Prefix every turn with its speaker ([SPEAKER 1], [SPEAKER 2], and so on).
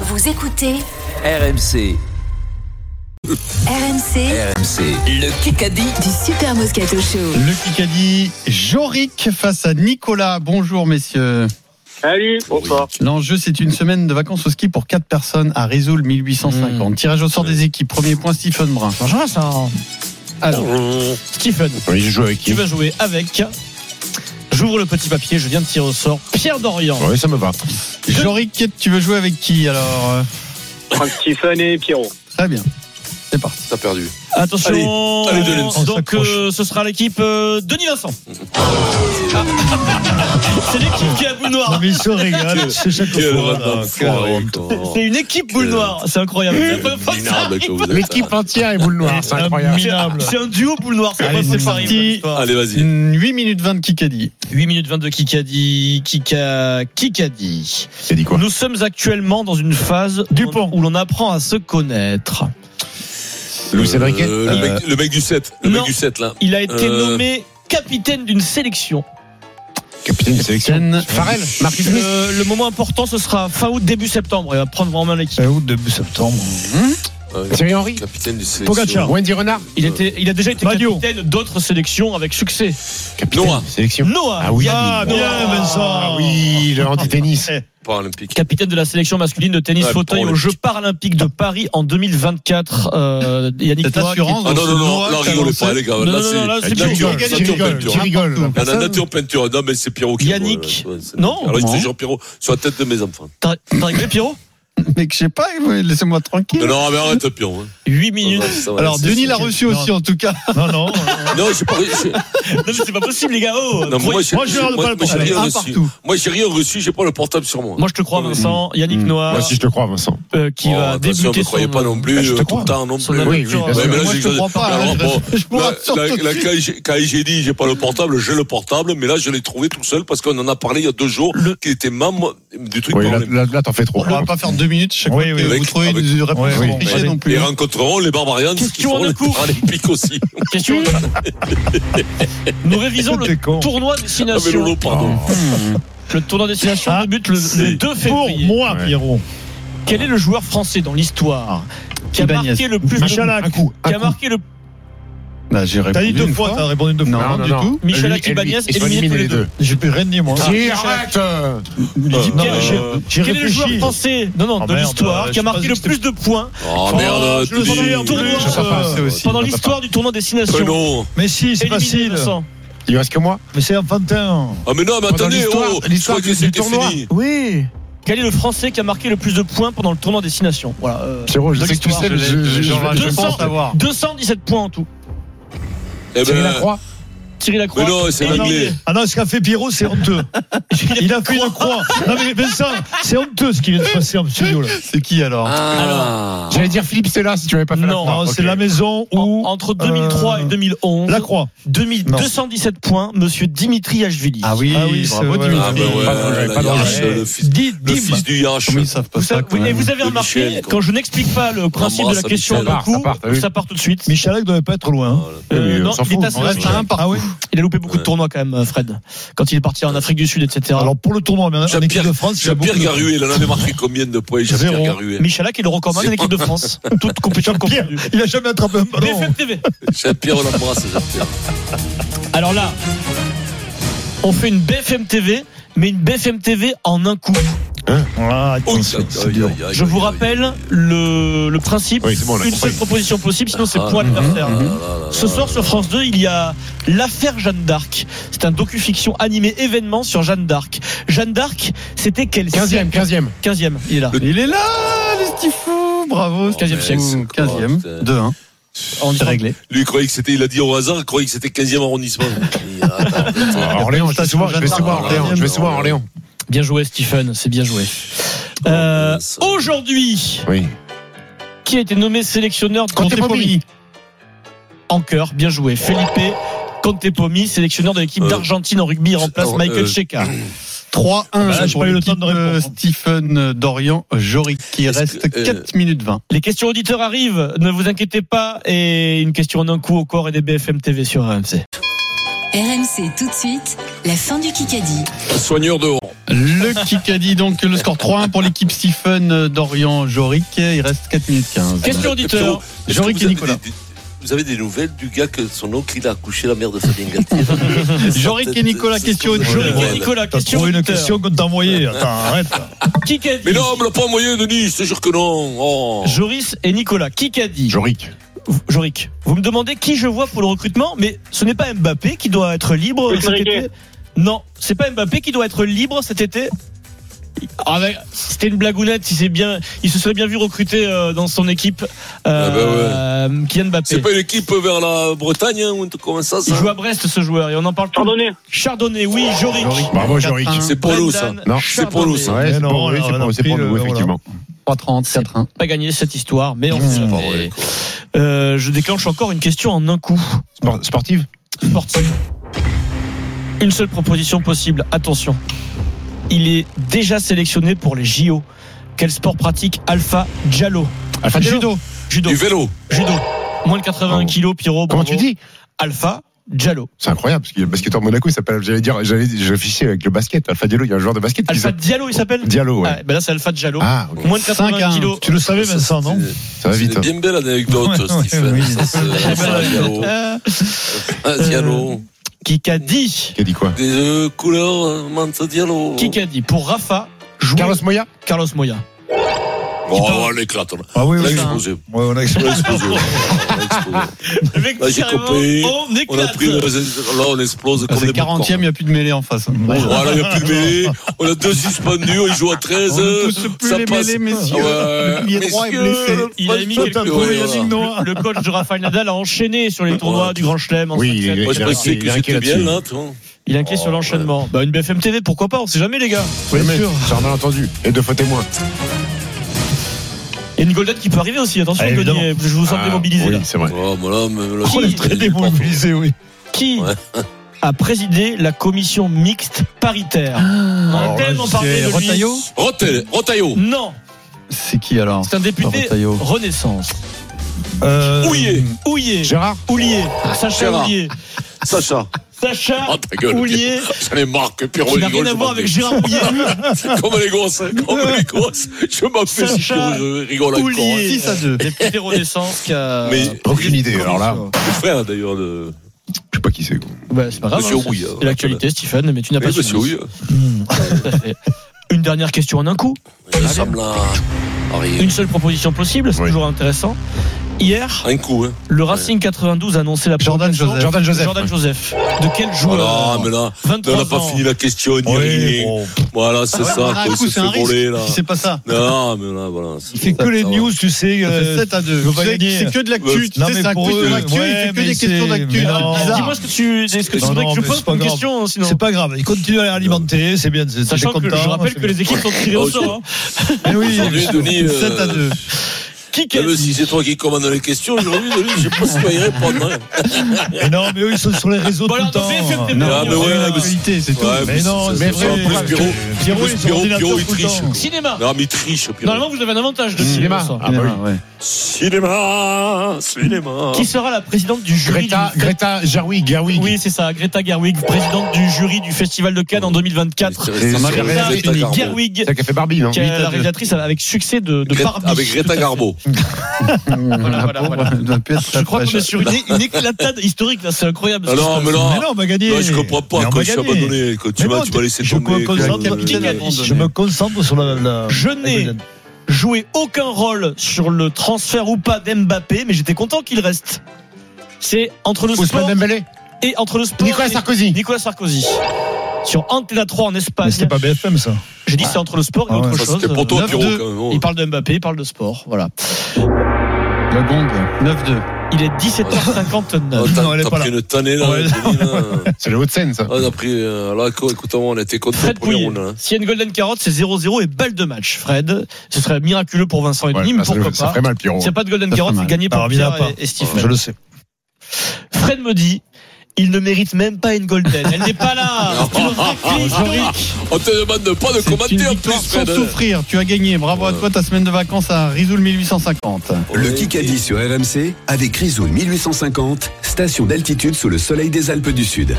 [SPEAKER 1] Vous écoutez
[SPEAKER 2] RMC,
[SPEAKER 1] RMC
[SPEAKER 2] RMC, le Kikadi.
[SPEAKER 1] du Super Moscato Show.
[SPEAKER 3] Le Kikadi, Joric face à Nicolas. Bonjour messieurs.
[SPEAKER 4] Salut, bonsoir.
[SPEAKER 3] L'enjeu, c'est une semaine de vacances au ski pour 4 personnes à Risoul 1850.
[SPEAKER 5] Hmm.
[SPEAKER 3] Tirage au sort des équipes. Premier point, Stephen Brun.
[SPEAKER 6] Bonjour Vincent. Alors, Stephen, tu vas jouer avec. J'ouvre le petit papier, je viens de tirer au sort. Pierre Dorian.
[SPEAKER 7] Oui, ça me va.
[SPEAKER 3] Joric, tu veux jouer avec qui alors euh,
[SPEAKER 4] Franck Stephen et Pierrot.
[SPEAKER 3] Très bien. C'est parti.
[SPEAKER 7] T'as perdu.
[SPEAKER 6] Attention.
[SPEAKER 7] allez, Delenn. On
[SPEAKER 6] Donc,
[SPEAKER 7] s'accroche.
[SPEAKER 6] euh, ce sera l'équipe euh, Denis Vincent. C'est l'équipe qui a boule noire.
[SPEAKER 7] C'est chaque Oh.
[SPEAKER 6] C'est une équipe boule noire. C'est incroyable. C'est
[SPEAKER 7] Euh,
[SPEAKER 6] la première fois que ça arrive.
[SPEAKER 7] L'équipe.
[SPEAKER 8] entière est boule noire, c'est incroyable.
[SPEAKER 6] C'est un- C'est un duo boule noire. C'est la
[SPEAKER 3] Allez,
[SPEAKER 6] première fois que
[SPEAKER 3] c'est
[SPEAKER 6] ça arrive.
[SPEAKER 3] parti.
[SPEAKER 6] cette histoire.
[SPEAKER 7] Allez, vas-y.
[SPEAKER 3] 8 minutes 20 de Kikadi.
[SPEAKER 6] 8 minutes 22 Kikadi, Kika, Kikadi.
[SPEAKER 7] T'as dit quoi
[SPEAKER 6] Nous sommes actuellement dans une phase
[SPEAKER 8] Dupont.
[SPEAKER 6] où l'on apprend à se connaître.
[SPEAKER 7] Louis
[SPEAKER 5] Euh, le, mec, le mec du 7. Le
[SPEAKER 6] Non.
[SPEAKER 5] mec du 7, là.
[SPEAKER 6] Il a été
[SPEAKER 5] Euh.
[SPEAKER 6] nommé capitaine d'une sélection.
[SPEAKER 7] Capitaine de sélection.
[SPEAKER 3] Ken,
[SPEAKER 7] Farrell. Marcus Smith.
[SPEAKER 6] Euh, le moment important, ce sera fin août, début septembre. Il va prendre vraiment l'équipe.
[SPEAKER 8] août, début septembre.
[SPEAKER 5] Euh,
[SPEAKER 7] Thierry Henry.
[SPEAKER 5] capitaine du sélection.
[SPEAKER 8] Pogacar.
[SPEAKER 7] Wendy Renard.
[SPEAKER 6] Il, était, il a déjà été
[SPEAKER 8] Badio.
[SPEAKER 6] capitaine d'autres sélections avec succès.
[SPEAKER 7] Capitaine
[SPEAKER 5] Noah.
[SPEAKER 7] de sélection.
[SPEAKER 6] Noah
[SPEAKER 7] Ah oui.
[SPEAKER 6] Yann
[SPEAKER 7] Ah, bien,
[SPEAKER 6] Noah.
[SPEAKER 8] Vincent.
[SPEAKER 7] Ah oui, le anti-tennis.
[SPEAKER 5] Pas olympique.
[SPEAKER 6] Capitaine de la sélection masculine de tennis
[SPEAKER 5] Ouais,
[SPEAKER 6] fauteuil
[SPEAKER 5] pour
[SPEAKER 6] aux
[SPEAKER 5] le-
[SPEAKER 6] Jeux paralympiques de Paris en 2024. Euh, Yannick
[SPEAKER 3] Cette
[SPEAKER 6] Noah qui-
[SPEAKER 3] assurance.
[SPEAKER 5] Ah non, non,
[SPEAKER 3] Noah,
[SPEAKER 5] non, là,
[SPEAKER 3] t'as
[SPEAKER 5] rigolez
[SPEAKER 3] lancé.
[SPEAKER 5] pas, les gars.
[SPEAKER 6] Non,
[SPEAKER 5] Là,
[SPEAKER 6] non, non, là,
[SPEAKER 5] c'est
[SPEAKER 6] c'est
[SPEAKER 7] Tu
[SPEAKER 6] Pierrot.
[SPEAKER 5] nature,
[SPEAKER 7] rigoles,
[SPEAKER 5] nature
[SPEAKER 7] tu rigoles, tu
[SPEAKER 5] peinture.
[SPEAKER 7] rigoles.
[SPEAKER 5] Ah, la nature peinture. Non, mais c'est Pierrot qui. euh,
[SPEAKER 6] Yannick.
[SPEAKER 5] Ouais, ouais, ouais, c'est-
[SPEAKER 6] Non,
[SPEAKER 5] Alors, il
[SPEAKER 3] non.
[SPEAKER 5] c'est Jean Pierrot sur la tête de mes enfants.
[SPEAKER 6] T'as t'as réglé, Pierrot
[SPEAKER 3] Mais que je sais pas, ouais, laissez-moi tranquille.
[SPEAKER 5] Non, non, mais arrête, Pierrot. hein.
[SPEAKER 6] 8 minutes.
[SPEAKER 5] Ouais, ça va,
[SPEAKER 3] Alors,
[SPEAKER 5] c'est-
[SPEAKER 3] Denis l'a
[SPEAKER 5] c'est-
[SPEAKER 3] reçu aussi en tout cas.
[SPEAKER 8] Non, non.
[SPEAKER 5] Non, j'ai pas. j'ai-
[SPEAKER 6] non, mais c'est pas possible, les gars. Oh,
[SPEAKER 5] Non, moi, j'ai
[SPEAKER 8] Moi, je regarde pas le
[SPEAKER 5] moi, j'ai
[SPEAKER 8] portable.
[SPEAKER 5] rien
[SPEAKER 3] Un
[SPEAKER 5] reçu.
[SPEAKER 3] Ah, partout.
[SPEAKER 5] Moi, j'ai rien reçu, j'ai pas le portable sur moi.
[SPEAKER 6] Moi, je te crois, Vincent. Yannick
[SPEAKER 3] Mm.
[SPEAKER 6] Noah,
[SPEAKER 7] Mmh. Moi aussi, je te crois, Vincent.
[SPEAKER 6] euh, qui
[SPEAKER 5] Oh,
[SPEAKER 6] va
[SPEAKER 5] attention,
[SPEAKER 6] débuter
[SPEAKER 5] me croyez
[SPEAKER 6] son-
[SPEAKER 5] pas non plus
[SPEAKER 7] Bah, je te
[SPEAKER 5] euh, tout
[SPEAKER 7] crois.
[SPEAKER 5] le temps non plus.
[SPEAKER 6] son
[SPEAKER 7] Oui, oui,
[SPEAKER 6] aventure.
[SPEAKER 7] bien sûr.
[SPEAKER 5] Ouais, mais là,
[SPEAKER 3] Moi, je te
[SPEAKER 5] j'exagère.
[SPEAKER 3] crois pas,
[SPEAKER 5] Alors,
[SPEAKER 3] là, je-
[SPEAKER 5] bon,
[SPEAKER 3] je vous
[SPEAKER 5] là,
[SPEAKER 3] rassure
[SPEAKER 5] là,
[SPEAKER 3] tout de
[SPEAKER 5] là, quand j'ai- quand j'ai dit j'ai pas le portable, j'ai le portable, mais là je l'ai trouvé tout seul parce qu'on en a parlé il y a deux jours qu'il était membre du truc.
[SPEAKER 7] Oui,
[SPEAKER 5] par
[SPEAKER 7] là,
[SPEAKER 5] les-
[SPEAKER 7] là, là, t'en fais trop.
[SPEAKER 3] On va pas faire deux minutes chaque
[SPEAKER 8] Oui,
[SPEAKER 3] fois
[SPEAKER 8] oui,
[SPEAKER 3] que
[SPEAKER 5] avec-
[SPEAKER 3] vous trouvez
[SPEAKER 5] avec-
[SPEAKER 3] une réponse
[SPEAKER 8] Ouais,
[SPEAKER 3] sans
[SPEAKER 8] oui.
[SPEAKER 3] tricher
[SPEAKER 8] Allez.
[SPEAKER 3] non plus. hein.
[SPEAKER 5] Et rencontreront les barbarians qui
[SPEAKER 6] Question
[SPEAKER 5] font
[SPEAKER 6] de
[SPEAKER 5] les
[SPEAKER 6] cours.
[SPEAKER 5] Paralympiques aussi. Ah,
[SPEAKER 6] Question. Nous révisons
[SPEAKER 8] T'es
[SPEAKER 6] le
[SPEAKER 8] con.
[SPEAKER 6] tournoi
[SPEAKER 5] Ah, mais
[SPEAKER 6] destination.
[SPEAKER 5] Lolo, pardon.
[SPEAKER 6] Le tournoi destination
[SPEAKER 8] Ah,
[SPEAKER 6] débute le, le
[SPEAKER 5] c'est
[SPEAKER 6] 2
[SPEAKER 8] Pour
[SPEAKER 6] février.
[SPEAKER 8] moi,
[SPEAKER 7] Ouais.
[SPEAKER 8] Pierrot.
[SPEAKER 6] Quel est le joueur français dans l'histoire qui a
[SPEAKER 3] Ibanez.
[SPEAKER 6] marqué le plus de
[SPEAKER 8] Michalak.
[SPEAKER 6] buts Qui a marqué le
[SPEAKER 3] Bah, j'ai
[SPEAKER 8] T'as dit
[SPEAKER 3] répondu
[SPEAKER 8] deux
[SPEAKER 3] une
[SPEAKER 8] fois,
[SPEAKER 3] fois.
[SPEAKER 8] t'as répondu deux
[SPEAKER 3] Non,
[SPEAKER 8] fois.
[SPEAKER 3] non,
[SPEAKER 7] non.
[SPEAKER 3] du tout.
[SPEAKER 6] Michalak
[SPEAKER 7] Lui et lui,
[SPEAKER 6] Ibanez
[SPEAKER 7] ils sont
[SPEAKER 6] éliminé tous
[SPEAKER 7] éliminés
[SPEAKER 6] les
[SPEAKER 7] les
[SPEAKER 6] deux.
[SPEAKER 7] deux.
[SPEAKER 8] J'ai plus rien dit, moi.
[SPEAKER 7] Si, arrête
[SPEAKER 8] J'ai-
[SPEAKER 6] Quel-
[SPEAKER 8] non, j'ai- J'ai
[SPEAKER 6] Quel est le joueur
[SPEAKER 8] réfléchi.
[SPEAKER 6] français non, non,
[SPEAKER 8] Ah,
[SPEAKER 6] de
[SPEAKER 8] merde,
[SPEAKER 6] l'histoire
[SPEAKER 8] euh,
[SPEAKER 6] qui a
[SPEAKER 8] je sais
[SPEAKER 6] marqué
[SPEAKER 8] pas
[SPEAKER 6] le
[SPEAKER 8] si
[SPEAKER 6] plus de points
[SPEAKER 5] Oh
[SPEAKER 8] Oh,
[SPEAKER 5] merde,
[SPEAKER 8] je le
[SPEAKER 5] Denis.
[SPEAKER 8] savais en
[SPEAKER 6] Tournoi,
[SPEAKER 8] plus.
[SPEAKER 6] je sais pas, c'est
[SPEAKER 7] aussi.
[SPEAKER 6] pendant
[SPEAKER 7] papa.
[SPEAKER 6] l'histoire du tournoi destination.
[SPEAKER 5] Mais non.
[SPEAKER 8] Mais si, c'est
[SPEAKER 6] Éliminé
[SPEAKER 8] facile.
[SPEAKER 6] Vincent.
[SPEAKER 7] Il reste que moi.
[SPEAKER 8] Mais c'est enfantin.
[SPEAKER 5] Ah mais non, mais
[SPEAKER 7] Pendant
[SPEAKER 5] attendez,
[SPEAKER 7] l'histoire-
[SPEAKER 5] oh, je
[SPEAKER 7] l'histoire
[SPEAKER 5] crois
[SPEAKER 7] du-
[SPEAKER 5] que c'était
[SPEAKER 7] du tournoi.
[SPEAKER 5] fini.
[SPEAKER 8] Oui.
[SPEAKER 6] Quel est le français qui a marqué le plus de points pendant le tournoi destination Voilà. euh,
[SPEAKER 7] Pierrot, je
[SPEAKER 6] de
[SPEAKER 7] sais que tu
[SPEAKER 6] l'histoire.
[SPEAKER 7] sais, mais je, je, je,
[SPEAKER 8] Ah,
[SPEAKER 7] je
[SPEAKER 6] 200.
[SPEAKER 7] pense avoir.
[SPEAKER 6] 217 points en tout.
[SPEAKER 5] Eh
[SPEAKER 7] Thierry
[SPEAKER 5] ben,
[SPEAKER 7] Lacroix.
[SPEAKER 6] Thierry Lacroix.
[SPEAKER 5] Mais non, c'est
[SPEAKER 6] éliminé.
[SPEAKER 5] l'anglais.
[SPEAKER 8] Ah non, ce qu'a fait Pierrot, c'est honteux. Il a fait une croix. Non, mais Vincent, c'est honteux ce qui vient de se passer en studio, là.
[SPEAKER 3] C'est qui alors
[SPEAKER 5] Ah.
[SPEAKER 7] J'allais dire Philippe Stella si tu m'avais pas fait la
[SPEAKER 6] Non,
[SPEAKER 7] croix.
[SPEAKER 8] Non,
[SPEAKER 7] Ok.
[SPEAKER 8] Ah, c'est la maison
[SPEAKER 6] En-
[SPEAKER 8] où.
[SPEAKER 6] entre 2003
[SPEAKER 8] euh,
[SPEAKER 6] et 2011,
[SPEAKER 8] La croix.
[SPEAKER 6] 2000
[SPEAKER 8] Non.
[SPEAKER 6] 217 points, monsieur Dimitri Ashvili.
[SPEAKER 8] Ah oui, c'est
[SPEAKER 3] bravo
[SPEAKER 8] vrai,
[SPEAKER 3] Dimitri.
[SPEAKER 5] Ah ben ouais,
[SPEAKER 7] Pas de-
[SPEAKER 5] la
[SPEAKER 7] pas de-
[SPEAKER 5] Yarche,
[SPEAKER 7] ouais.
[SPEAKER 5] le fils, le fils du Yarche.
[SPEAKER 3] Comment ils savent pas
[SPEAKER 6] Vous,
[SPEAKER 3] ça
[SPEAKER 6] savez-
[SPEAKER 3] quand
[SPEAKER 6] et
[SPEAKER 3] même
[SPEAKER 6] vous avez
[SPEAKER 5] De
[SPEAKER 6] remarqué,
[SPEAKER 5] Michel, quoi.
[SPEAKER 6] quand je n'explique pas le principe de
[SPEAKER 5] embrasse
[SPEAKER 6] la
[SPEAKER 5] à
[SPEAKER 6] question,
[SPEAKER 5] Michel.
[SPEAKER 6] d'un coup,
[SPEAKER 7] Ça part, ça part,
[SPEAKER 6] ça part tout de suite.
[SPEAKER 8] Michalak devait pas être loin. hein.
[SPEAKER 6] Euh,
[SPEAKER 7] Mais
[SPEAKER 6] non,
[SPEAKER 7] on s'en
[SPEAKER 6] il est
[SPEAKER 7] fout,
[SPEAKER 6] assez
[SPEAKER 7] on
[SPEAKER 6] reste
[SPEAKER 7] reste
[SPEAKER 6] à un partout.
[SPEAKER 8] Ah oui.
[SPEAKER 6] Il a loupé beaucoup de
[SPEAKER 5] Ouais.
[SPEAKER 6] tournois quand même, Fred. Quand il est parti en Afrique du Sud, etc.
[SPEAKER 8] Alors pour le tournoi, mais en en équipe
[SPEAKER 5] Jean-Pierre
[SPEAKER 8] de France, il a
[SPEAKER 5] Jean-Pierre
[SPEAKER 8] beaucoup de-
[SPEAKER 5] Garué, il en avait marqué combien de points Jean-Pierre hein.
[SPEAKER 8] Zéro.
[SPEAKER 5] Garué
[SPEAKER 6] Michalak est le recordman de l'équipe de France. Toute compétition
[SPEAKER 8] Pierre,
[SPEAKER 6] confondue.
[SPEAKER 8] il a jamais attrapé un ballon.
[SPEAKER 6] BFM TV.
[SPEAKER 5] Jean-Pierre, on l'embrasse, Jean-Pierre.
[SPEAKER 6] Alors là, on fait une BFM TV, mais une BFM TV en un coup.
[SPEAKER 8] Ah,
[SPEAKER 5] Oh,
[SPEAKER 8] attention,
[SPEAKER 5] aïe,
[SPEAKER 8] c'est
[SPEAKER 5] aïe,
[SPEAKER 8] dur.
[SPEAKER 5] aïe,
[SPEAKER 7] Ah,
[SPEAKER 5] aïe,
[SPEAKER 6] Je vous
[SPEAKER 5] aïe, aïe.
[SPEAKER 6] rappelle le, le principe.
[SPEAKER 7] Oui, mm, c'est bon, on a
[SPEAKER 6] une
[SPEAKER 7] compris.
[SPEAKER 6] seule proposition possible, sinon c'est
[SPEAKER 5] Ah,
[SPEAKER 6] point
[SPEAKER 5] mhm,
[SPEAKER 6] adversaire.
[SPEAKER 5] Ah, là, là,
[SPEAKER 6] Ce
[SPEAKER 5] là,
[SPEAKER 6] soir
[SPEAKER 5] là,
[SPEAKER 6] sur
[SPEAKER 5] là.
[SPEAKER 6] France 2, il y a l'affaire Jeanne d'Arc. C'est un docu-fiction animé événement sur Jeanne d'Arc. Jeanne d'Arc, c'était quel
[SPEAKER 7] 15e, 15e.
[SPEAKER 6] 15e, il est là.
[SPEAKER 3] Il est là, les stifous
[SPEAKER 5] Oh,
[SPEAKER 3] Bravo,
[SPEAKER 5] mais
[SPEAKER 3] 15e siècle.
[SPEAKER 5] c'est quoi,
[SPEAKER 3] 15e,
[SPEAKER 5] putain.
[SPEAKER 3] 2-1.
[SPEAKER 6] On
[SPEAKER 3] C'est réglé.
[SPEAKER 5] Lui, il croyait que c'était, il a dit au hasard, il croyait que c'était 15e arrondissement. Il dit, attends,
[SPEAKER 7] Ah,
[SPEAKER 5] attends.
[SPEAKER 7] Orléans, je vais souvent je vais souvent à
[SPEAKER 5] Ah,
[SPEAKER 7] Orléans. Je vais souvent à Orléans.
[SPEAKER 6] Bien joué, Stephen, c'est bien joué. Euh,
[SPEAKER 5] ça-
[SPEAKER 6] Aujourd'hui,
[SPEAKER 7] Oui.
[SPEAKER 6] qui a été nommé sélectionneur de
[SPEAKER 7] Contempomi.
[SPEAKER 6] En cœur, bien joué. Felipe Contepomi, sélectionneur de l'équipe
[SPEAKER 5] Euh,
[SPEAKER 6] d'Argentine en rugby, remplace
[SPEAKER 5] euh,
[SPEAKER 6] Michael
[SPEAKER 5] euh,
[SPEAKER 6] Checa.
[SPEAKER 3] 3-1
[SPEAKER 8] là, j'ai
[SPEAKER 3] pour
[SPEAKER 8] pas eu le
[SPEAKER 3] l'équipe,
[SPEAKER 8] temps de répondre.
[SPEAKER 3] euh, Stephen Dorian Joric qui
[SPEAKER 5] Est-ce
[SPEAKER 3] reste
[SPEAKER 5] que, euh,
[SPEAKER 3] 4 minutes 20.
[SPEAKER 6] Les questions auditeurs
[SPEAKER 5] Euh,
[SPEAKER 6] arrivent, ne vous inquiétez pas. Et une question en un coup au corps et des BFM TV sur RMC.
[SPEAKER 1] RMC tout de suite, la fin du Kikadi.
[SPEAKER 5] Soigneur de Oran.
[SPEAKER 3] Le Kikadi, donc le score 3-1 pour l'équipe Stephen Dorian Joric. Il reste 4 minutes 15.
[SPEAKER 6] Question auditeur.
[SPEAKER 5] Est-ce que
[SPEAKER 3] Jean-Luc
[SPEAKER 5] vous
[SPEAKER 3] et
[SPEAKER 5] avez
[SPEAKER 3] Nicolas.
[SPEAKER 5] des- des- Vous avez des nouvelles du gars que son oncle il a accouché la mère de Fabien Galtier
[SPEAKER 3] Jean-Luc et Nicolas, question
[SPEAKER 5] C'est- c'est-
[SPEAKER 3] auditeur.
[SPEAKER 5] c'est-
[SPEAKER 6] Jean-Luc et Nicolas,
[SPEAKER 8] T'as
[SPEAKER 6] question
[SPEAKER 8] trouvé une
[SPEAKER 6] auditeur.
[SPEAKER 8] question qu'on t'a envoyée. Attends, arrête.
[SPEAKER 6] Kikadi.
[SPEAKER 5] Mais non, on me l'a pas envoyé, Denis, je te jure que non. Oh.
[SPEAKER 6] Joris et Nicolas, Kikadi.
[SPEAKER 7] Joric.
[SPEAKER 6] Vous- Joric, vous me demandez qui je vois pour le recrutement, mais ce n'est pas Mbappé qui doit être libre
[SPEAKER 4] Luis
[SPEAKER 6] cet
[SPEAKER 4] Enrique.
[SPEAKER 6] été. Non, c'est pas Mbappé qui doit être libre cet été. Ah ben, C'était une blagounette. Il, s'est bien, il se serait bien vu recruter euh, dans son équipe euh, Kylian Mbappé.
[SPEAKER 5] Ah, bah C'est pas une équipe vers la Bretagne hein, ou un truc comme ça,
[SPEAKER 6] Il
[SPEAKER 5] ça
[SPEAKER 6] joue à Brest ce joueur et on en parle plus.
[SPEAKER 4] Pardonnez.
[SPEAKER 6] Chardonnay, oui, Joric.
[SPEAKER 7] Bravo, Joric.
[SPEAKER 3] Quatre-un.
[SPEAKER 5] C'est Polo, ça.
[SPEAKER 6] Brendan
[SPEAKER 7] Non,
[SPEAKER 5] c'est Polo, ça.
[SPEAKER 7] Ouais,
[SPEAKER 8] Mais
[SPEAKER 7] c'est
[SPEAKER 8] non,
[SPEAKER 7] pour
[SPEAKER 8] on
[SPEAKER 7] nous,
[SPEAKER 8] a-
[SPEAKER 7] c'est
[SPEAKER 8] on a
[SPEAKER 7] pour- c'est
[SPEAKER 8] pris
[SPEAKER 7] pour
[SPEAKER 8] le-
[SPEAKER 7] nous,
[SPEAKER 8] voilà.
[SPEAKER 7] effectivement.
[SPEAKER 3] 3-30, 4-1.
[SPEAKER 6] Pas gagné cette histoire, mais on
[SPEAKER 3] Mmh.
[SPEAKER 6] sait jamais. Euh, je déclenche encore une question en un coup.
[SPEAKER 7] Sport- Sportive
[SPEAKER 6] sportive. Une seule proposition possible, attention. Il est déjà sélectionné pour les JO. Quel sport pratique Alpha Diallo
[SPEAKER 7] Alpha Diallo.
[SPEAKER 6] Judo. Judo.
[SPEAKER 5] Du vélo.
[SPEAKER 6] Judo. Moins de 80
[SPEAKER 7] Bravo.
[SPEAKER 6] kilos, Pierrot.
[SPEAKER 7] Oh. Comment
[SPEAKER 6] bravo.
[SPEAKER 7] tu dis
[SPEAKER 6] Alpha Diallo.
[SPEAKER 7] C'est incroyable, parce que le basketteur de Monaco, il s'appelle, j'allais dire, j'allais réfléchir avec le basket. Alpha Diallo, il y a un joueur de basket qui
[SPEAKER 6] Alpha
[SPEAKER 7] s'appelle
[SPEAKER 6] Diallo, il s'appelle
[SPEAKER 7] Diallo, ouais.
[SPEAKER 6] Ah, ben Là, c'est Alpha Diallo.
[SPEAKER 7] Ah, ok.
[SPEAKER 6] Moins de 80
[SPEAKER 3] 5-1.
[SPEAKER 6] kilos.
[SPEAKER 8] Tu le savais, Vincent, non
[SPEAKER 7] Ça va vite.
[SPEAKER 5] C'est
[SPEAKER 7] hein.
[SPEAKER 5] une bien belle anecdote, Stephen.
[SPEAKER 8] oui.
[SPEAKER 5] Ça, c'est-
[SPEAKER 6] belle
[SPEAKER 5] ça, Diallo.
[SPEAKER 6] Euh,
[SPEAKER 5] Ah, Diallo.
[SPEAKER 6] Qui qu'a dit
[SPEAKER 7] Qui a dit quoi
[SPEAKER 5] Des euh, couleurs, Manta Diallo.
[SPEAKER 6] Qui qu'a dit Pour Rafa, jouer
[SPEAKER 7] Carlos Moya
[SPEAKER 6] Carlos Moya.
[SPEAKER 5] Oh, l'éclate. là.
[SPEAKER 8] Ah oui,
[SPEAKER 5] On l'a
[SPEAKER 8] oui.
[SPEAKER 5] explosé.
[SPEAKER 8] Ouais, on a
[SPEAKER 5] On
[SPEAKER 8] explosé.
[SPEAKER 5] l'a explosé. On l'a explosé.
[SPEAKER 6] Le mec,
[SPEAKER 5] Là, j'ai
[SPEAKER 6] carrément,
[SPEAKER 5] copié.
[SPEAKER 6] on
[SPEAKER 5] On a
[SPEAKER 6] éclate.
[SPEAKER 5] pris le Là, on explose comme
[SPEAKER 3] C'est
[SPEAKER 5] des
[SPEAKER 3] 40 e il
[SPEAKER 5] popcorn.
[SPEAKER 3] n'y a plus de mêlée en face.
[SPEAKER 5] Voilà, il n'y a plus de mêlée. On a deux suspendus, on joue à 13.
[SPEAKER 3] On ne touche plus
[SPEAKER 5] ça
[SPEAKER 3] les
[SPEAKER 5] passe.
[SPEAKER 3] mêlées,
[SPEAKER 5] Ah
[SPEAKER 3] messieurs.
[SPEAKER 5] ouais.
[SPEAKER 3] Le pilier droit est
[SPEAKER 5] Euh,
[SPEAKER 3] blessé.
[SPEAKER 6] Il a mis
[SPEAKER 5] Ouais,
[SPEAKER 6] quelques
[SPEAKER 5] ouais, voilà.
[SPEAKER 6] Le, le coach de Rafael Nadal a enchaîné sur les tournois
[SPEAKER 5] Ouais.
[SPEAKER 6] du Grand Chelem. en
[SPEAKER 7] Oui,
[SPEAKER 6] Suède.
[SPEAKER 7] il est-
[SPEAKER 5] Moi, je
[SPEAKER 7] a
[SPEAKER 5] pensais
[SPEAKER 7] raqué- il
[SPEAKER 5] que
[SPEAKER 7] a raqué
[SPEAKER 5] j'étais bien
[SPEAKER 7] là-dessus.
[SPEAKER 5] là, tu vois.
[SPEAKER 6] Il est inquiet sur l'enchaînement. Bah, une BFM TV, pourquoi pas On sait jamais, les gars.
[SPEAKER 7] Oui, mais J'ai un malentendu. Et deux fois témoin.
[SPEAKER 6] Et une Golden qui peut arriver aussi. Attention,
[SPEAKER 8] Ah, évidemment.
[SPEAKER 6] Denis, je vous sens démobilisé. là.
[SPEAKER 7] Oui, c'est vrai.
[SPEAKER 5] Oh, mais là, mais là,
[SPEAKER 6] Oh,
[SPEAKER 5] je-
[SPEAKER 6] il est très
[SPEAKER 5] je-
[SPEAKER 8] Démobilisé, oui.
[SPEAKER 6] Qui
[SPEAKER 5] Ouais.
[SPEAKER 6] a présidé la commission mixte paritaire On a
[SPEAKER 8] alors là,
[SPEAKER 6] tellement parlé
[SPEAKER 8] c'est
[SPEAKER 6] de lui.
[SPEAKER 3] Retailleau
[SPEAKER 5] Rotel- Rotaillot.
[SPEAKER 6] Non,
[SPEAKER 3] C'est qui alors
[SPEAKER 6] c'est un député
[SPEAKER 3] Retailleau.
[SPEAKER 6] Renaissance.
[SPEAKER 8] Euh,
[SPEAKER 5] Ouillé.
[SPEAKER 6] Oulier.
[SPEAKER 7] Gérard
[SPEAKER 6] Oulier. Sacha
[SPEAKER 5] Gérard.
[SPEAKER 6] Oulier.
[SPEAKER 5] Sacha.
[SPEAKER 6] Sacha
[SPEAKER 5] Oh, ta gueule.
[SPEAKER 6] Oulier.
[SPEAKER 5] J'en ai marre que Pierrot
[SPEAKER 6] Qui n'a
[SPEAKER 5] rigole,
[SPEAKER 6] rien à
[SPEAKER 5] je
[SPEAKER 6] voir
[SPEAKER 5] m'en
[SPEAKER 6] avec
[SPEAKER 5] vais.
[SPEAKER 6] Gérard Oulier.
[SPEAKER 5] Comme les gosses, hein, comme les gosses. Je m'en fais si
[SPEAKER 6] Sacha
[SPEAKER 5] je rigole encore.
[SPEAKER 6] Oulier.
[SPEAKER 3] 6 à 2.
[SPEAKER 6] Député Renaissance qui a.
[SPEAKER 5] Mais
[SPEAKER 7] Aucune idée, alors là.
[SPEAKER 5] le frère d'ailleurs de
[SPEAKER 7] Je sais pas qui c'est. quoi.
[SPEAKER 6] Bah, c'est pas grave.
[SPEAKER 5] Monsieur
[SPEAKER 6] hein, c'est-
[SPEAKER 5] Houille,
[SPEAKER 6] C'est l'actualité, Stephen, mais tu n'as pas
[SPEAKER 5] Oui,
[SPEAKER 6] suivi.
[SPEAKER 5] Eh, monsieur oui.
[SPEAKER 6] Tout à fait. Une dernière question en un coup.
[SPEAKER 5] Il semble à Harry.
[SPEAKER 6] Une seule proposition possible, c'est
[SPEAKER 7] Oui.
[SPEAKER 6] toujours intéressant. Hier,
[SPEAKER 5] Un coup, hein.
[SPEAKER 6] le Racing 92 annonçait la
[SPEAKER 3] Jordan
[SPEAKER 6] progression
[SPEAKER 3] Joseph.
[SPEAKER 7] Jordan Joseph.
[SPEAKER 6] Jordan Joseph. De quel
[SPEAKER 5] Voilà,
[SPEAKER 6] joueur
[SPEAKER 5] mais là, là,
[SPEAKER 6] 23
[SPEAKER 5] on n'a pas
[SPEAKER 6] ans.
[SPEAKER 5] fini la question, ni
[SPEAKER 8] Oui,
[SPEAKER 5] rien.
[SPEAKER 8] bon.
[SPEAKER 5] Voilà, c'est
[SPEAKER 3] Ah ouais,
[SPEAKER 5] ça,
[SPEAKER 3] un
[SPEAKER 5] quoi, il
[SPEAKER 3] coup,
[SPEAKER 5] se
[SPEAKER 3] c'est
[SPEAKER 5] fait
[SPEAKER 3] un
[SPEAKER 5] voler, là.
[SPEAKER 3] risque. C'est pas ça.
[SPEAKER 5] Non, mais là, voilà.
[SPEAKER 8] Il fait que les
[SPEAKER 5] Ça va.
[SPEAKER 8] news, tu sais.
[SPEAKER 3] Ça fait
[SPEAKER 8] euh,
[SPEAKER 3] 7 à 2.
[SPEAKER 8] je veux pas
[SPEAKER 3] C'est
[SPEAKER 8] gagner.
[SPEAKER 3] c'est que de l'actu. tu
[SPEAKER 8] non,
[SPEAKER 3] sais,
[SPEAKER 8] mais
[SPEAKER 3] C'est un
[SPEAKER 8] pour
[SPEAKER 3] quiz
[SPEAKER 8] eux,
[SPEAKER 3] de l'actu. Il
[SPEAKER 8] ouais,
[SPEAKER 3] fait que
[SPEAKER 8] mais
[SPEAKER 3] des questions
[SPEAKER 8] c'est-
[SPEAKER 3] d'actu. Ah,
[SPEAKER 8] mais
[SPEAKER 3] C'est
[SPEAKER 8] non.
[SPEAKER 3] bizarre.
[SPEAKER 6] Ah, Dis-moi ce que tu. Est-ce que tu
[SPEAKER 8] Non,
[SPEAKER 6] voudrais
[SPEAKER 8] non,
[SPEAKER 6] que je
[SPEAKER 8] mais
[SPEAKER 6] pose
[SPEAKER 8] c'est pas
[SPEAKER 6] une
[SPEAKER 8] grave.
[SPEAKER 6] question sinon
[SPEAKER 8] C'est pas grave, il continue à l'alimenter, c'est bien, c'est c'est
[SPEAKER 6] Sachant que
[SPEAKER 8] content.
[SPEAKER 6] je rappelle que les équipes sont tirées au
[SPEAKER 5] Ah, Ok.
[SPEAKER 6] sort. hein.
[SPEAKER 8] Eh oui,
[SPEAKER 5] Aujourd'hui, Denis, euh,
[SPEAKER 3] 7 à 2.
[SPEAKER 6] Qui
[SPEAKER 5] même si c'est toi qui commande les questions aujourd'hui, Denis, je ne sais pas si tu vas y répondre. hein.
[SPEAKER 8] mais non, mais eux, ils sont sur les réseaux
[SPEAKER 6] Voilà,
[SPEAKER 8] tout
[SPEAKER 6] donc,
[SPEAKER 8] le
[SPEAKER 6] BFM
[SPEAKER 8] temps.
[SPEAKER 6] TV.
[SPEAKER 5] Ah, mais ouais,
[SPEAKER 8] voilà.
[SPEAKER 5] mais c'est-
[SPEAKER 3] Vérité, c'est tout.
[SPEAKER 5] Ouais,
[SPEAKER 8] Mais non,
[SPEAKER 5] c'est-
[SPEAKER 8] mais
[SPEAKER 5] c'est-
[SPEAKER 8] vrai,
[SPEAKER 5] en plus, Pierrot,
[SPEAKER 8] Pierrot, il est sur
[SPEAKER 5] Pierrot,
[SPEAKER 8] ordinateur
[SPEAKER 5] Pierrot, il
[SPEAKER 8] tout le
[SPEAKER 5] triche.
[SPEAKER 8] temps.
[SPEAKER 6] Cinéma.
[SPEAKER 5] Non, Hein mais il triche, Pierrot.
[SPEAKER 6] Normalement, vous avez un avantage de
[SPEAKER 7] Cinéma.
[SPEAKER 6] ça.
[SPEAKER 7] Ah, bah oui.
[SPEAKER 3] ouais.
[SPEAKER 5] Cinéma, cinéma.
[SPEAKER 6] Qui sera la présidente du jury
[SPEAKER 7] Greta,
[SPEAKER 6] du
[SPEAKER 7] Greta Gerwig, Gerwig.
[SPEAKER 6] Oui, c'est ça, Greta Gerwig, présidente du jury du Festival de Cannes en 2024.
[SPEAKER 5] C'est- c'est-
[SPEAKER 7] Ça m'a
[SPEAKER 5] c'est-
[SPEAKER 7] l'air
[SPEAKER 5] c'est-
[SPEAKER 6] Greta
[SPEAKER 5] Garbo.
[SPEAKER 6] Gerwig,
[SPEAKER 7] C'est elle qui a fait Barbie, non
[SPEAKER 6] qui
[SPEAKER 3] Huit à
[SPEAKER 6] est
[SPEAKER 3] deux.
[SPEAKER 6] la réalisatrice avec succès de, de
[SPEAKER 5] Greta-
[SPEAKER 6] Barbie.
[SPEAKER 5] Avec
[SPEAKER 6] tout à
[SPEAKER 5] Greta
[SPEAKER 6] fait.
[SPEAKER 5] Garbo.
[SPEAKER 6] Voilà, voilà, voilà. Je crois qu'on est sur une, une éclatade historique, là, c'est incroyable.
[SPEAKER 5] Ah non, mais
[SPEAKER 8] Mais
[SPEAKER 5] là,
[SPEAKER 8] non, on va gagner.
[SPEAKER 5] là, je comprends
[SPEAKER 8] Mais
[SPEAKER 5] pas
[SPEAKER 8] on
[SPEAKER 5] quand
[SPEAKER 8] va
[SPEAKER 5] je suis
[SPEAKER 8] gagner.
[SPEAKER 5] abandonné. Quand tu
[SPEAKER 8] Mais
[SPEAKER 5] m'as
[SPEAKER 8] non,
[SPEAKER 5] tu m'as laissé
[SPEAKER 8] je
[SPEAKER 5] tomber.
[SPEAKER 8] me concentre,
[SPEAKER 5] que-
[SPEAKER 6] capitaine.
[SPEAKER 5] euh,
[SPEAKER 8] je me concentre sur la. la-
[SPEAKER 6] Je
[SPEAKER 8] la
[SPEAKER 6] n'ai-
[SPEAKER 8] Golden.
[SPEAKER 6] Jouer aucun rôle sur le transfert ou pas d'Mbappé, mais j'étais content qu'il reste. C'est entre le
[SPEAKER 7] Ousmane
[SPEAKER 6] sport
[SPEAKER 7] Dembélé
[SPEAKER 6] et entre le sport
[SPEAKER 7] Nicolas
[SPEAKER 6] et-
[SPEAKER 7] Sarkozy
[SPEAKER 6] Nicolas Sarkozy. Sur Antena 3 en
[SPEAKER 8] Mais
[SPEAKER 6] Espagne.
[SPEAKER 8] c'était pas BFM, ça.
[SPEAKER 6] J'ai dit c'est entre le sport et
[SPEAKER 8] Ah ouais.
[SPEAKER 6] autre
[SPEAKER 5] Ça,
[SPEAKER 6] chose.
[SPEAKER 5] c'était pour toi,
[SPEAKER 6] Euh,
[SPEAKER 5] Pierrot,
[SPEAKER 6] 9-2.
[SPEAKER 5] quand même. Oh.
[SPEAKER 6] Il parle de Mbappé, il parle de sport, voilà.
[SPEAKER 3] La gong, 9-2.
[SPEAKER 6] Il est 17h59.
[SPEAKER 5] Oh, t'as-
[SPEAKER 8] Non, elle est
[SPEAKER 5] T'as
[SPEAKER 8] pas
[SPEAKER 5] pris
[SPEAKER 8] là.
[SPEAKER 5] une tannée, là.
[SPEAKER 8] Ouais.
[SPEAKER 5] Denis, là.
[SPEAKER 7] C'est le Haut-de-Seine, ça.
[SPEAKER 5] Ah, on a pris, euh, là, quoi, écoute, on était contre
[SPEAKER 6] Fred
[SPEAKER 5] le premier
[SPEAKER 6] Pouillet,
[SPEAKER 5] round, hein.
[SPEAKER 6] s'il y a une golden carotte, c'est 0-0 et balle de match. Fred, ce serait miraculeux pour Vincent et
[SPEAKER 7] Ouais,
[SPEAKER 6] Denis,
[SPEAKER 8] bah,
[SPEAKER 6] mais
[SPEAKER 7] ça,
[SPEAKER 6] pourquoi
[SPEAKER 7] ça
[SPEAKER 6] pas
[SPEAKER 7] ferait mal, Pierrot.
[SPEAKER 6] S'il n'y a pas de golden
[SPEAKER 3] Ça
[SPEAKER 6] carotte,
[SPEAKER 3] ferait mal.
[SPEAKER 6] c'est gagné
[SPEAKER 8] Alors,
[SPEAKER 6] par
[SPEAKER 8] il en a
[SPEAKER 6] Pierre
[SPEAKER 8] pas.
[SPEAKER 6] et, et
[SPEAKER 8] Je
[SPEAKER 6] Stephen.
[SPEAKER 8] le sais.
[SPEAKER 6] Fred me dit, il ne mérite même pas une golden. Elle n'est pas là. C'est une réplique historique.
[SPEAKER 5] On te demande pas de
[SPEAKER 3] C'est une
[SPEAKER 5] commenter en plus,
[SPEAKER 3] victoire sans
[SPEAKER 5] Fred.
[SPEAKER 3] souffrir. Tu as gagné. Bravo à toi. Ta semaine de vacances à Rizoul 1850.
[SPEAKER 9] Le Kikadi sur RMC avec Risoul 1850, station d'altitude sous le soleil des Alpes du Sud.